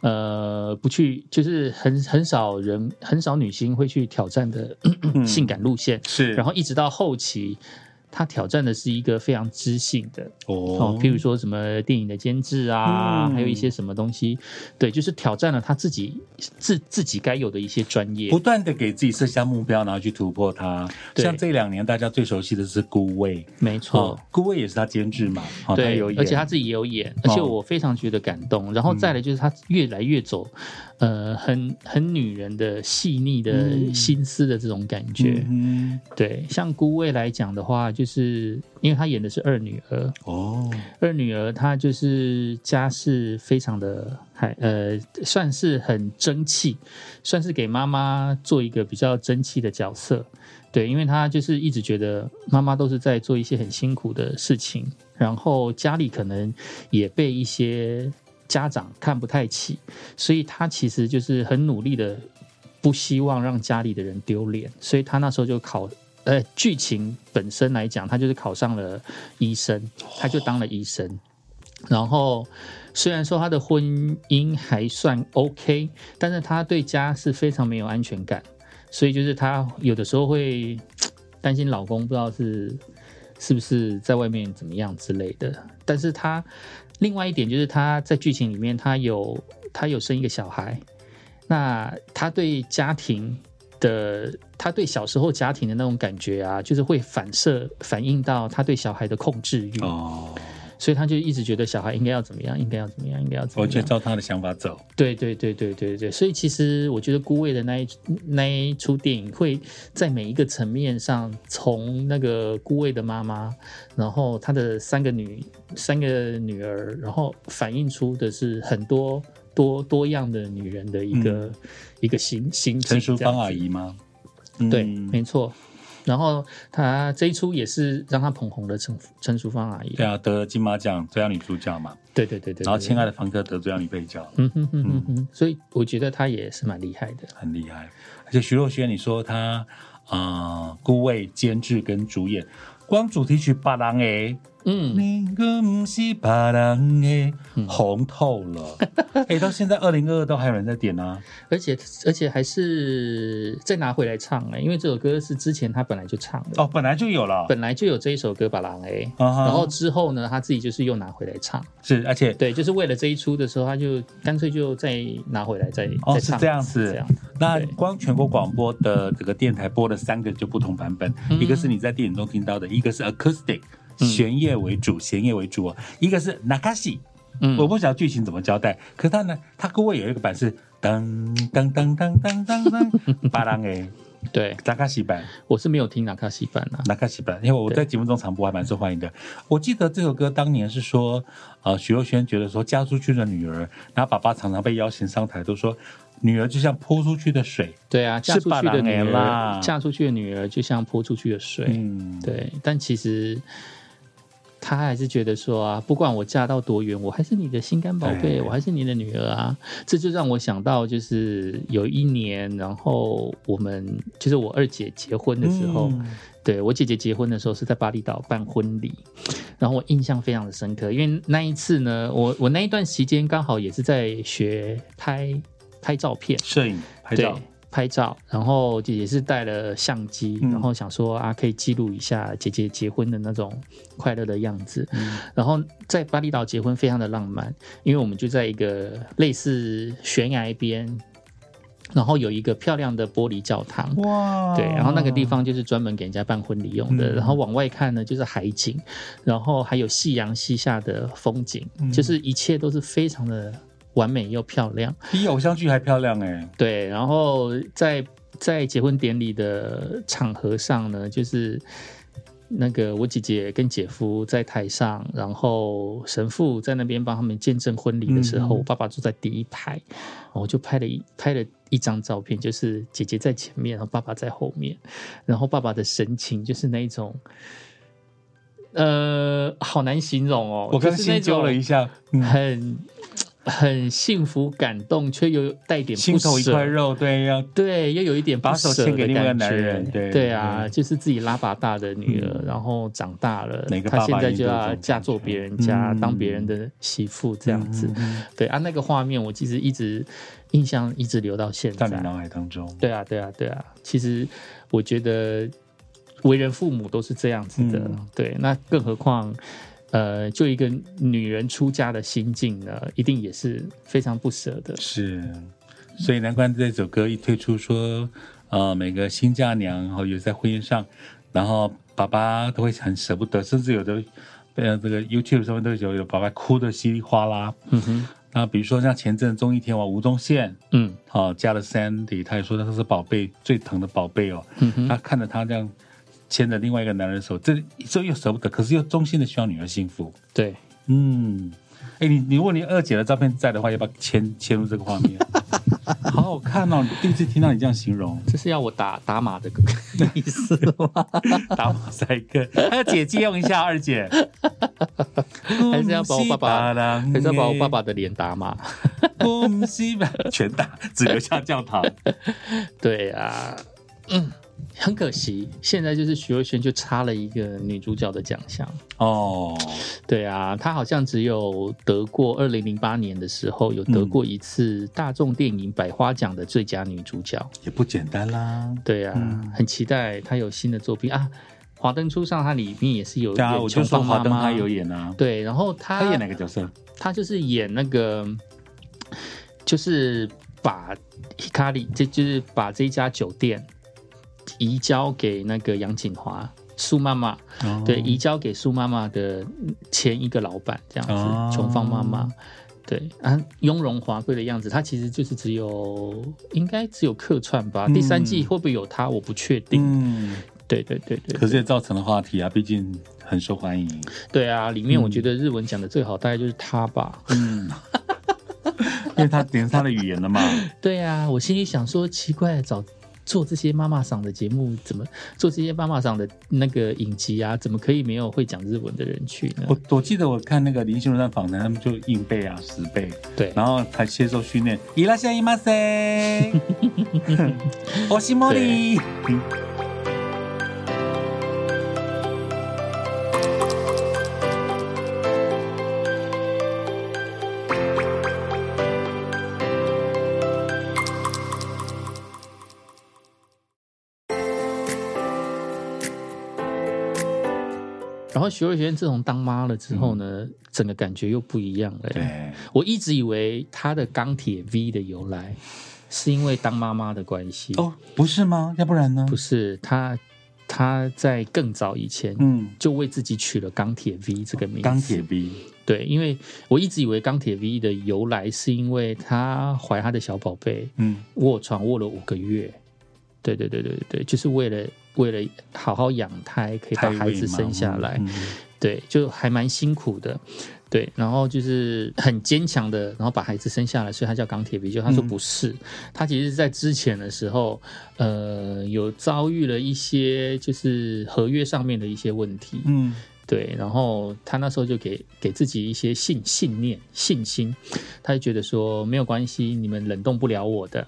A: 呃，不去就是很很少人很少女星会去挑战的
B: 嗯
A: 性感路线，
B: 是，
A: 然
B: 后
A: 后一直到后期，他挑战的是一个非常知性的哦
B: 哦，，
A: 譬如说什么电影的监制啊，
B: 嗯
A: 还有一些什么东西，对，就是挑战了他自己自自己该有的一些专业
B: 不。断的给自己设下目标，然后去突破它。
A: 对
B: 像这两年大家最熟悉的是孤味，
A: 没
B: 哦
A: 错，，
B: 孤味也是他监制嘛，哦、他
A: 对
B: 有，演哦
A: 而且他自己也有演，而且我非常觉得感动。然后再来就是他越来越走，呃，很很女人的细腻的
B: 嗯
A: 心思的这种感觉。
B: 嗯
A: 对，像孤味来讲的话，就是因为他演的是二女儿，
B: 哦，
A: 二女儿她就是家世非常的还呃，算是很争气，算是给妈妈做一个比较争气的角色。对，因为她就是一直觉得妈妈都是在做一些很辛苦的事情，然后家里可能也被一些家长看不太起，所以她其实就是很努力的，不希望让家里的人丢脸，所以她那时候就考。呃，剧情本身来讲，她就是考上了医生，她就当了医生。然后虽然说她的婚姻还算 OK，但是她对家是非常没有安全感，所以就是她有的时候会担心老公不知道是是不是在外面怎么样之类的。但是她另外一点就是她在剧情里面，她有她有生一个小孩，那她对家庭。的她对小时候家庭的那种感觉啊，就是会反射反映到她对小孩的控制欲
B: 哦，
A: 所以他就一直觉得小孩应该要怎么样，应该要怎么样，应该要怎
B: 我
A: 么
B: 就
A: 样。
B: 照他的想法走。
A: 对对对对对对，所以其实我觉得孤味的那一那一出电影会在每一个层面上，从那个孤味的妈妈，然后她的三个女三个女儿，然后反映出的是很多多多样的女人的一个、
B: 嗯
A: 一个心心境
B: 陈淑
A: 这样
B: 芳
A: 子
B: 阿姨吗？
A: 对，
B: 嗯
A: 没错。然后她这一出也是让她捧红了陈陈淑芳阿姨。
B: 对啊，得了金马奖最佳女主角嘛，
A: 对对对对对。
B: 啊然后《亲爱的房客》得最佳女配角，
A: 嗯哼哼哼哼，所以我觉得他也是蛮厉害的。
B: 很厉害。而且徐若瑄，你说她啊，呃孤味监制跟主演，光主题曲《巴郎》哎，
A: 嗯，
B: 你个不是把人的红 透了，哎、到现在二零二二都还有人在点啊，
A: 而且而且还是再拿回来唱欸了、因为这首歌是之前他本来就唱的，
B: 哦，本来就有了，
A: 本来就有这一首歌《把郎 A》，
B: 啊哈
A: 然后之后呢，他自己就是又拿回来唱，
B: 是，而且
A: 对，就是为了这一出的时候，他就干脆就再拿回来再
B: 哦
A: 再
B: 是
A: 唱一次，
B: 这样子
A: 这样，
B: 那
A: 对
B: 光全国广播的这个电台播了三个就不同版本，
A: 嗯
B: 一个是你在电影中听到的，一个是 acoustic
A: 嗯
B: 弦乐为主，弦乐为主哦，一个是 nakashi，
A: 嗯
B: 我不晓得剧情怎么交代，可是它呢，它各位有一个版是噔噔噔噔噔噔噔， 巴郎诶
A: 对，
B: nakashi 版
A: 我是没有听哪卡西版啊，
B: nakashi 版，因为我在节目中常播，还蛮受欢迎的。我记得这首歌当年是说，呃，许若瑄觉得说嫁出去的女儿，然后爸爸常常被邀请上台，都说女儿就像泼出去的水，
A: 对啊，嫁
B: 是
A: 出
B: 把
A: 去的
B: 郎
A: 女
B: 哎啦
A: 儿，嫁出去的女儿就像泼出去的水，
B: 嗯，
A: 对，但其实他还是觉得说啊，不管我嫁到多远，我还是你的心肝宝贝，
B: 对
A: 我还是你的女儿啊。这就让我想到，就是有一年，然后我们就是我二姐结婚的时候，
B: 嗯
A: 对我姐姐结婚的时候是在巴厘岛办婚礼，然后我印象非常的深刻，因为那一次呢，我我那一段时间刚好也是在学拍拍照片。
B: 摄影拍
A: 对，
B: 照，
A: 拍照，然后姐姐是带了相机，
B: 嗯
A: 然后想说啊，可以记录一下姐姐结婚的那种快乐的样子。
B: 嗯
A: 然后在巴厘岛结婚非常的浪漫，因为我们就在一个类似悬崖边，然后有一个漂亮的玻璃教堂。
B: 哇
A: 对，然后那个地方就是专门给人家办婚礼用的，
B: 嗯
A: 然后往外看呢就是海景，然后还有夕阳西下的风景，
B: 嗯
A: 就是一切都是非常的完美又漂亮。
B: 比偶像剧还漂亮哎，
A: 对，然后在在结婚典礼的场合上呢，就是那个我姐姐跟姐夫在台上，然后神父在那边帮他们见证婚礼的时候，
B: 嗯
A: 我爸爸坐在第一排，我就拍了一拍了一张照片，就是姐姐在前面，然后爸爸在后面，然后爸爸的神情就是那一种。呃，好难形容哦。
B: 我刚
A: 就是那
B: 新揪
A: 种
B: 了一下，嗯
A: 很很幸福、感动，却又带一点
B: 心
A: 不
B: 头一块
A: 舍。
B: 肉，对呀，
A: 对，又有一点不
B: 把手
A: 舍
B: 牵给
A: 的
B: 另外一个
A: 感
B: 男
A: 觉
B: 人对
A: 啊，
B: 嗯
A: 就是自己拉拔大的女儿，然后长大了
B: 哪，个
A: 她
B: 爸
A: 现
B: 爸
A: 在
B: 也
A: 就
B: 有这
A: 要
B: 种
A: 嫁
B: 感
A: 做
B: 觉
A: 别人家，当别人
B: 嗯
A: 的媳妇这样子。
B: 嗯
A: 对啊，那个画面我其实一直印象一直留到现
B: 在
A: 在
B: 你。脑海当中，
A: 对啊，对啊，对啊。其实我觉得为人父母都是这样子的，
B: 嗯
A: 对。那更何况，呃，就一个女人出家的心境呢，一定也是非常不舍的。
B: 是，所以难怪这首歌一推出说，呃，每个新嫁娘然后有在婚宴上，然后爸爸都会很舍不得，甚至有的，呃，这个 YouTube 上面都有有爸爸哭的稀里哗啦。
A: 嗯哼，
B: 那比如说像前阵综艺天王吴宗宪，
A: 嗯
B: 哦，嫁了 Sandy，他也说他是宝贝最疼的宝贝哦。
A: 嗯哼，
B: 他看着他这样牵着另外一个男人的手，这这又舍不得，可是又衷心的希望女儿幸福。
A: 对。
B: 嗯，哎，你你如果你二姐的照片在的话，要不要牵牵入这个画面？ 好好看哦！第一次听到你这样形容，
A: 这是要我打打码的 意思吗？
B: 打马赛克。还有姐借用一下二姐，还
A: 是要把我爸爸还是要把我爸爸的脸打码？
B: 恭喜吧，全打，只留下教堂。
A: 对啊，嗯，很可惜，现在就是徐若瑄就差了一个女主角的奖项。
B: 哦，
A: 对啊，她好像只有得过二零零八年的时候有得过一次大众电影百花奖的最佳女主角。
B: 也不简单啦。
A: 对啊，
B: 嗯
A: 很期待她有新的作品啊。华灯初上，它里面也是有
B: 对啊，
A: 演
B: 我就
A: 琼
B: 说
A: 芳
B: 华
A: 妈
B: 灯
A: 妈
B: 他有演啊，
A: 对，然后她
B: 他演哪个角色？
A: 他就是演那个，就是把 Hikari 这就是把这家酒店移交给那个杨锦华苏妈妈，
B: 哦
A: 对，移交给苏妈妈的前一个老板这样
B: 哦
A: 子，琼芳妈妈。对啊，雍容华贵的样子，他其实就是只有应该只有客串吧。第三季
B: 嗯
A: 会不会有他，我不确定。
B: 嗯，
A: 对对对对，
B: 可是也造成了话题啊，毕竟很受欢迎。
A: 对啊，里面我
B: 嗯
A: 觉得日文讲的最好，大概就是他吧。
B: 嗯， 因为他连他的语言了嘛，
A: 对啊，我心里想说，奇怪，找做这些妈妈桑的节目，怎么做这些妈妈桑的那个影集啊，怎么可以没有会讲日文的人去呢？
B: 我我记得我看那个林心如在访谈，他们就硬背啊十背，
A: 对
B: 然后才接受训练。伊拉夏伊马塞， 我西莫里。
A: 然后学而学院自从当妈了之后呢，整个感觉又不一样了。
B: 对，
A: 我一直以为她的钢铁 V 的由来是因为当妈妈的关系，
B: 哦，不是吗？要不然呢？
A: 不是她，她在更早以前
B: 嗯，
A: 就为自己取了钢铁 V 这个名字。
B: 钢铁 V，
A: 对，因为我一直以为钢铁 V E 的由来是因为她怀她的小宝贝
B: 嗯，
A: 卧床卧了五个月，对对对对对对，就是为了为了好好养胎，可以把
B: 太
A: 孩子
B: 位嘛
A: 生下来。
B: 嗯
A: 对，就还蛮辛苦的，对，然后就是很坚强的，然后把孩子生下来，所以他叫钢铁 V。就他 E，说
B: 嗯
A: 不是，他其实是在之前的时候，呃，有遭遇了一些就是合约上面的一些问题，
B: 嗯，
A: 对，然后他那时候就给给自己一些信信念、信心，他就觉得说没有关系，你们冷冻不了我的，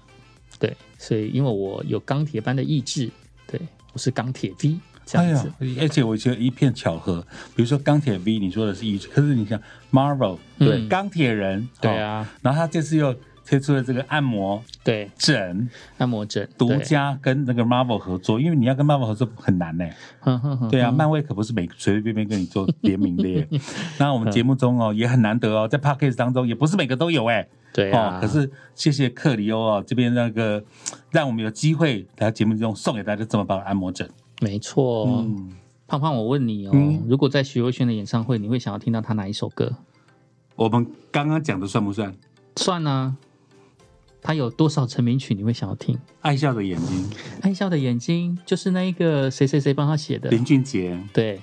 A: 对，所以因为我有钢铁般的意志，对我是钢铁 V 这
B: 哎
A: 样
B: 呀
A: 子，，
B: 而且我觉得一片巧合，比如说钢铁 V，你说的是一句，可是你想 Marvel
A: 嗯
B: 对钢铁人，
A: 对
B: 哦，
A: 啊，
B: 然后他这次又推出了这个按摩
A: 对，
B: 枕，
A: 按摩枕
B: 独
A: 对
B: 家跟那个 Marvel 合作，因为你要跟 Marvel 合作很难呢、
A: 哼哼哼
B: 对啊，
A: 哼
B: 漫威可不是每随随便便跟你做联名的
A: 嗯
B: 耶。那我们节目中哦也很难得哦，在 Podcast 当中也不是每个都有哎、
A: 对
B: 哦
A: 啊，，
B: 可是谢谢克里欧哦这边那个让我们有机会来节目中送给大家这么棒的按摩枕。
A: 没错。哦
B: 嗯，
A: 胖胖，我问你哦，
B: 嗯
A: 如果在徐若瑄的演唱会，你会想要听到她哪一首歌？
B: 我们刚刚讲的算不算？
A: 算啊，她有多少成名曲你会想要听？
B: 爱笑的眼睛，
A: 《爱笑的眼睛》就是那一个谁谁谁帮她写的，
B: 林俊杰，
A: 对。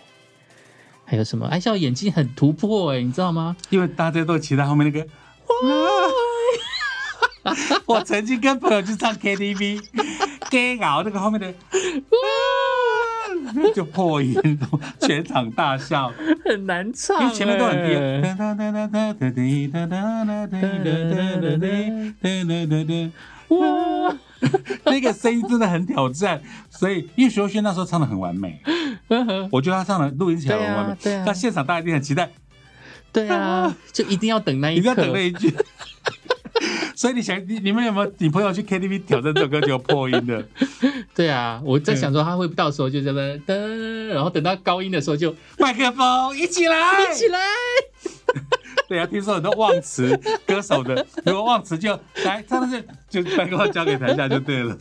A: 还有什么？爱哎笑的眼睛很突破哎、你知道吗？
B: 因为大家都期待后面那个哇。 我曾经跟朋友去唱 KTV，给搞那个后面的哇就破音，全场大笑，
A: 很难唱、
B: 因为前面都很低
A: 哎。
B: 啊。
A: 哇，嗯
B: 那个声音真的很挑战，所以因为徐若瑄那时候唱的很完美，
A: 嗯
B: 我觉得她唱的录音起来很完美。
A: 对啊对啊
B: 但现场大家一定很期待，
A: 对啊，就一定要等那
B: 你
A: 一
B: 不要
A: 刻。
B: 等那一句。 所以你想，你你们有没有你朋友去 KTV 挑战这首歌就有破 音的？
A: 对啊，我在想说他会不会到时候就这么噔，然后等到高音的时候就
B: 麦克风一起来，
A: 一起来。
B: 对啊，听说很多忘词歌手的，如果忘词就来，真的是就把歌交给台下就 对了，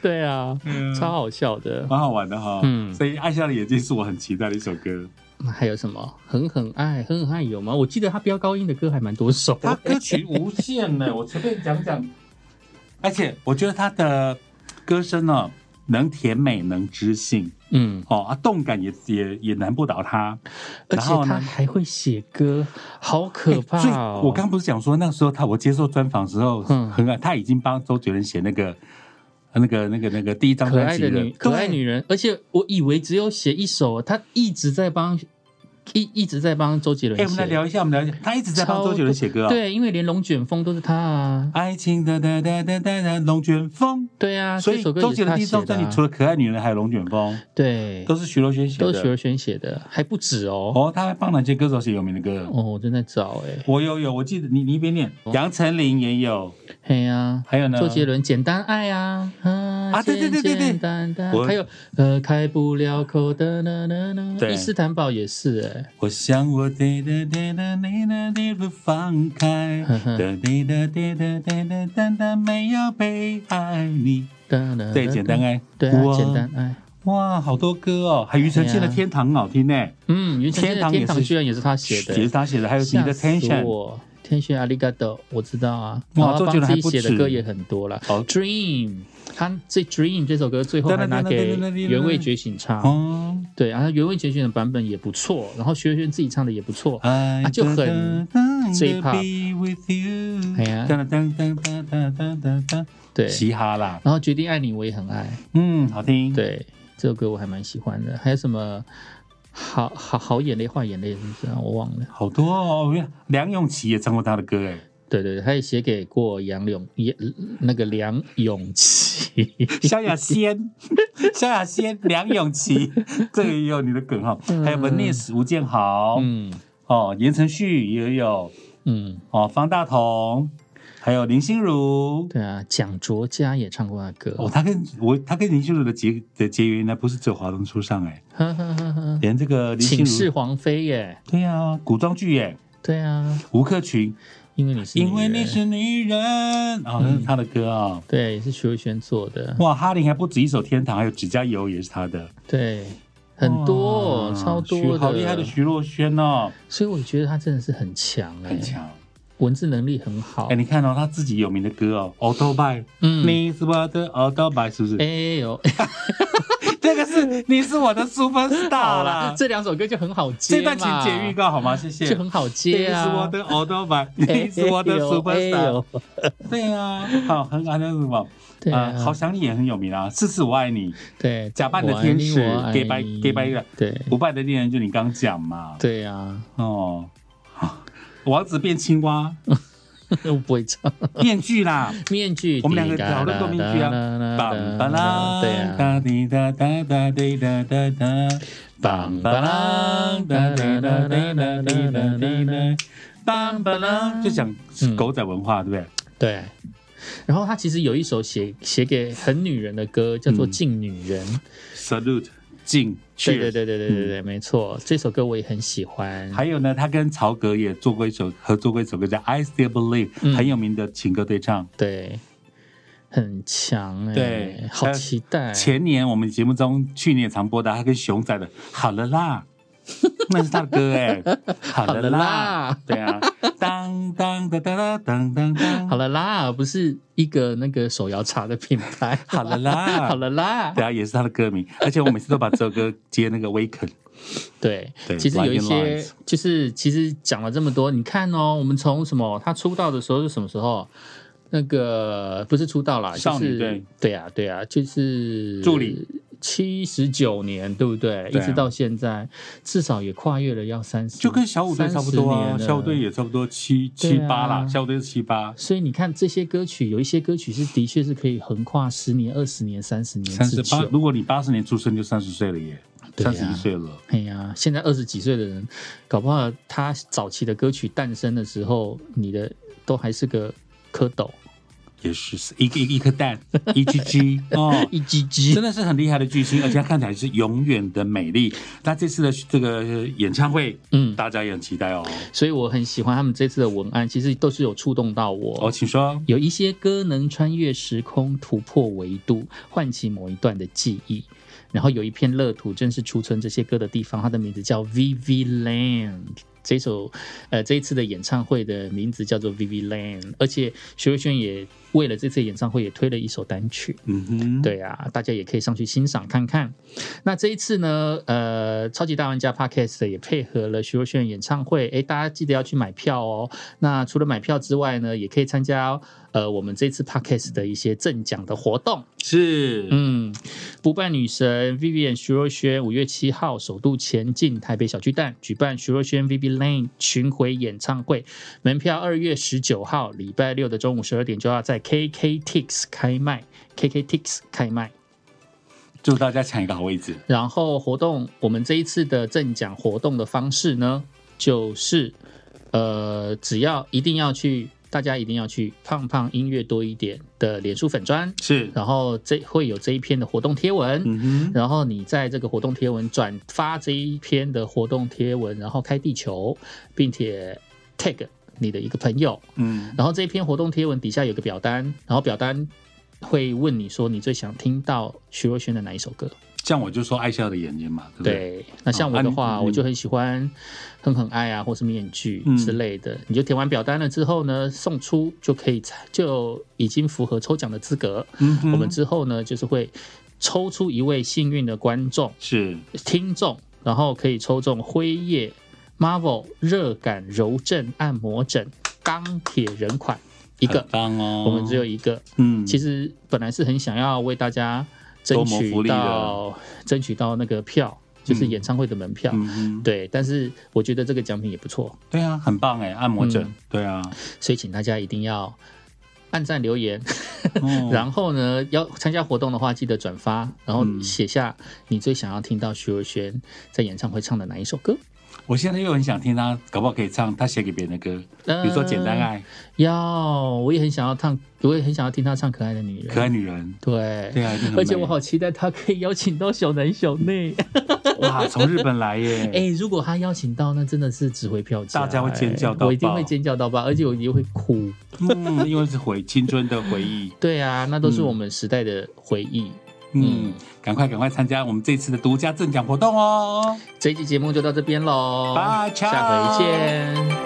A: 对啊，
B: 嗯
A: 超好笑的。
B: 蛮好玩的哈。
A: 嗯
B: 所以《爱笑的眼睛》是我很期待的一首歌，
A: 还有什么？狠狠爱，狠狠爱有吗？我记得他飙高音的歌还蛮多首。
B: 它歌曲无限呢，我随便讲讲。而且我觉得他的歌声呢，能甜美，能知性
A: 嗯，
B: 哦，啊，动感也也也难不倒他。
A: 而
B: 然
A: 且
B: 后呢
A: 他还会写歌，好可怕
B: 哎所以
A: 哦！
B: 我刚不是讲说那时候他我接受专访的时候，
A: 嗯
B: 很感他已经帮周杰伦写那个。那个、那个、那个第一张
A: 可
B: 专
A: 爱
B: 辑
A: 的
B: 了
A: 女可爱
B: 对
A: 女人，而且我以为只有写一首，他一直在帮一一直在帮周杰伦
B: 哎、
A: 写。
B: 我们来聊一下，我们聊一下，他一直在帮周杰伦写歌啊、，
A: 对，因为连龙卷风都是他啊。
B: 爱情的哒哒哒哒哒，龙卷风。
A: 对啊，
B: 所
A: 这
B: 以
A: 首歌
B: 周
A: 也
B: 杰
A: 是
B: 伦
A: 他
B: 第一
A: 写
B: 张
A: 的
B: 专
A: 啊、
B: 辑除了《可爱女人》还有《龙卷风》，
A: 对，
B: 都是徐若瑄写
A: 都是徐
B: 的。
A: 若瑄写的，还不止哦。
B: 哦，他还帮哪些歌手写有名的歌？
A: 哦，我正在找哎、
B: 我有有，我记得你你一边念，杨丞琳也有，
A: 嘿呀、
B: 还有呢，
A: 周杰伦《简单爱》啊，啊
B: 啊对对对对对
A: 简单单
B: 我
A: 还有呃，开不了口的呢呢呢，
B: 对
A: 伊斯坦堡也是哎、
B: 我想我对的对的你的你不放开
A: 呵，呵
B: 的你的对的对的单单没有被爱你。
A: 哒哒
B: 对，
A: 哒
B: 简单
A: 哒
B: 哎，
A: 对啊，
B: 哇
A: 简单爱。
B: 哇，好多歌哦，还庾澄庆
A: 哎
B: 的《
A: 呀
B: 天堂》很好听呢。
A: 嗯，原先
B: 天堂也
A: 天堂
B: 是
A: 居然也是他写的，
B: 也是他写的，还有你
A: 吓
B: 的
A: 死
B: tension，
A: 我。天选阿里嘎多，我知道啊。
B: 哇
A: 然后
B: 周杰
A: 帮
B: 伦
A: 自
B: 还
A: 己
B: 不
A: 写的
B: 止
A: 歌也很多了。
B: 哦
A: Dream，他这 Dream 这首歌最后还拿给原味觉醒唱，
B: 哦，
A: 对，然后原味觉醒的版本也不错，然后薛轩自己唱的也不错。
B: 啊
A: 就很 J-pop 哎呀
B: 噔噔噔噔噔噔噔噔，
A: 对，
B: 嘻哈啦，
A: 然后决定爱你我也很爱，
B: 嗯，好听，，
A: 对，这首歌我还蛮喜欢的。还有什么好好好眼泪坏眼泪是不是啊？我忘了。
B: 好多哦，梁咏琪也唱过他的歌，哎，
A: 对对，对他也写给过杨永也那个梁咏琪。
B: 萧 亚轩，萧亚轩，梁咏琪，这个也有你的梗哈，还有
A: 嗯
B: Vanice 吴建豪，
A: 嗯
B: 哦，言承旭也有，
A: 嗯，
B: 哦，方大同，还有林心如。
A: 对啊，蒋卓佳也唱过他的歌，
B: 哦，他跟我他跟林心如的结的结缘，那不是只有华灯初上哎、
A: 呵呵呵呵，
B: 连这个林心
A: 请示
B: 如，
A: 皇妃耶，
B: 对呀、古装剧耶，
A: 对啊，
B: 吴克群，
A: 因为你是女
B: 因
A: 人
B: 为你是女人啊，
A: 嗯
B: 那是他的歌啊、
A: 对，也是徐若瑄做的，
B: 哇，哈林还不止一首《天堂》，还有《指甲油》也是他的，
A: 对，很多
B: 哇
A: 超
B: 徐
A: 多
B: 好厉害的徐若瑄哦，
A: 所以我觉得他真的是很强哎、
B: 很强。
A: 文字能力很好
B: 哎、。你看哦，他自己有名的歌哦，《Auto By》，
A: 嗯
B: 你是我的 Auto By，是不是？
A: 哎呦，
B: 这个是你是我的 Super Star
A: 好
B: 啦
A: 啦，。这两首歌就很好接
B: 这
A: 嘛，
B: 段请解预告好吗？谢谢。
A: 就很好接
B: 你是我
A: 啊。
B: 的 Auto By，
A: 哎
B: 你是我的
A: 呦
B: Super
A: 哎
B: Star。
A: 呦
B: 对啊，好，很好，那是什么？
A: 对
B: 呃，好
A: 啊，
B: 想你也很有名啊，四次我爱你，
A: 对，
B: 假扮的天使
A: 我爱你
B: gay bye- gay bye 的
A: 对
B: 不败的恋人就你刚刚讲嘛。
A: 对 啊，
B: 哦，王子变青 蛙，
A: 我不会唱
B: 面具啦，
A: 面具，
B: 我们 两个讨论过面具啊
A: 啊
B: 棒巴啦，
A: 对啊，
B: 哒滴哒哒哒滴哒哒哒，
A: 棒
B: 巴
A: 巴
B: 啦
A: 啦，
B: 哒
A: 哒
B: 滴
A: 滴
B: 哒
A: 哒
B: 滴
A: 滴
B: 哒
A: 哒
B: 滴
A: 滴
B: 哒
A: 哒
B: 滴
A: 滴
B: 哒
A: 哒，
B: 棒巴啦，就讲狗仔文化，对不对？
A: 对。然后他其实有一首写写给很女人的歌，叫做《敬女人》。
B: Salute，敬
A: 对
B: cheers。
A: 对对对对对对，没错，这首歌我也很喜欢。
B: 还有呢，他跟曹格也做过一首合作过一首歌叫《I Still Believe》，
A: 嗯
B: 很有名的情歌对唱。
A: 对，很强哎、
B: 对
A: 好期待。
B: 前年我们节目中，去年常播的他跟熊仔的《好了啦》，那是他的歌哎，《好了
A: 好了
B: 啦》
A: 啦，
B: 对啊，当当当当当当当当，
A: 好了啦，不是一个那个手摇茶的品牌。
B: 好了啦，
A: 好了啦，
B: 对啊，也是他的歌名，而且我每次都把这首歌接那个 Waken，
A: 对，
B: 对
A: 其实有一
B: Lightning
A: 些
B: Lines
A: 就是其实讲了这么多，你看哦，我们从什么他出道的时候是什么时候？那个不是出道啦，就是
B: 少女队
A: 对呀、对呀、就是
B: 助理
A: 七十九年，对不对？
B: 对啊
A: 一直到现在，至少也跨越了要三十，
B: 就跟小虎队差不多
A: 30
B: 啊，
A: 年了
B: 小虎队也差不多七
A: 对
B: 七
A: 啊
B: 八啦，小虎队是七八。
A: 所以你看，这些歌曲有一些歌曲是的确是可以横跨十年、二十年、三十年
B: 三
A: 之
B: 十八，
A: 久。
B: 如果你八十年出生，就三十岁了耶，
A: 对啊
B: 三十一岁了。
A: 哎呀，现在二十几岁的人，搞不好他早期的歌曲诞生的时候，你的都还是个蝌蚪，
B: 也是一个一个一颗蛋， 一 G G 哦。
A: 一只
B: 真
A: 鸡。
B: 的是很厉害的巨星，而且她看起来是永远的美丽。那这次的这个演唱会，
A: 嗯，
B: 大家也很期待哦。
A: 所以我很喜欢他们这次的文案，其实都是有触动到
B: 哦，
A: 我。
B: 请说。
A: 有一些歌能穿越时空，突破维度，唤起某一段的记忆。然后有一片乐土，正是储存这些歌的地方，它的名字叫 V V Land。这首呃这一次的演唱会的名字叫做 V V Land，而且徐若瑄也为了这次演唱会也推了一首单曲。
B: 嗯哼，，
A: 对啊，大家也可以上去欣赏看看。那这一次呢，呃，超级大玩家 Podcast 也配合了徐若瑄演唱会，诶，大家记得要去买票哦。那除了买票之外呢，也可以参加呃我们这次 Podcast 的一些赠奖的活动。
B: 是。
A: 嗯，不败女神 Vivian 徐若瑄五月七号首度前进台北小巨蛋举办徐若瑄 Vivi Lane 巡回演唱会，门票二月十九号礼拜六的中午十二点就要在 KKTix 开卖，KKTix 开卖。
B: 祝大家抢一个好位置。
A: 然后活动，我们这一次的赠奖活动的方式呢，就是呃，只要一定要去，大家一定要去胖胖音乐多一点的脸书粉砖，
B: 是，
A: 然后这会有这一篇的活动贴文。
B: 嗯哼，
A: 然后你在这个活动贴文转发这一篇的活动贴文，然后开地球，并且 tag 你的一个朋友，
B: 嗯，
A: 然后这一篇活动贴文底下有个表单，然后表单会问你说你最想听到徐若瑄的哪一首歌。
B: 像我就说爱笑的眼睛嘛，对不对？
A: 对，那像我的
B: 啊
A: 话，
B: 你
A: 我就很喜欢《很很爱》啊，或是《面具
B: 嗯》
A: 之类的。你就填完表单了之后呢，送出就可以参，就已经符合抽奖的资格。
B: 嗯哼，
A: 我们之后呢，就是会抽出一位幸运的观众、
B: 是
A: 听众，然后可以抽中辉夜、Marvel 热感柔震按摩枕、钢铁人款一个
B: 很。棒哦。
A: 我们只有一个，
B: 嗯，
A: 其
B: 实
A: 实本来是很想要为大家争
B: 多谋福
A: 取
B: 利的
A: 到争取到那个票，就是
B: 嗯
A: 演唱会的门票。
B: 嗯哼，
A: 对，但是我觉得这个奖品也不错，
B: 对啊，很棒哎，按摩枕
A: 嗯，
B: 对啊，
A: 所以请大家一定要按赞留言，
B: 哦
A: 然后呢，要参加活动的话记得转发，然后
B: 嗯
A: 写下你最想要听到徐若瑄在演唱会唱的哪一首歌。
B: 我现在又很想听他，搞不好可以唱他写给别人的歌，
A: 呃
B: 比如说《简单爱》
A: 要，我也很想要唱，我也很想要听他唱《可爱的女人》。
B: 《可爱女人
A: 对》。，
B: 对啊，一定很
A: 而且
B: 美
A: 我好期待他可以邀请到小南小内。
B: 哇，从日本来耶！
A: 哎、如果他邀请到，那真的是值回票价、
B: 嗯大家会尖叫到爆
A: 我一定会尖叫到爆，而且我一定会哭。
B: 嗯，因为是回青春的回忆。
A: 对啊，那都是我们时代的回忆。
B: 嗯，赶快赶快参加我们这次的独家赠奖活动哦！
A: 这一期节目就到这边喽，
B: 拜，
A: 下回
B: 见。
A: 见。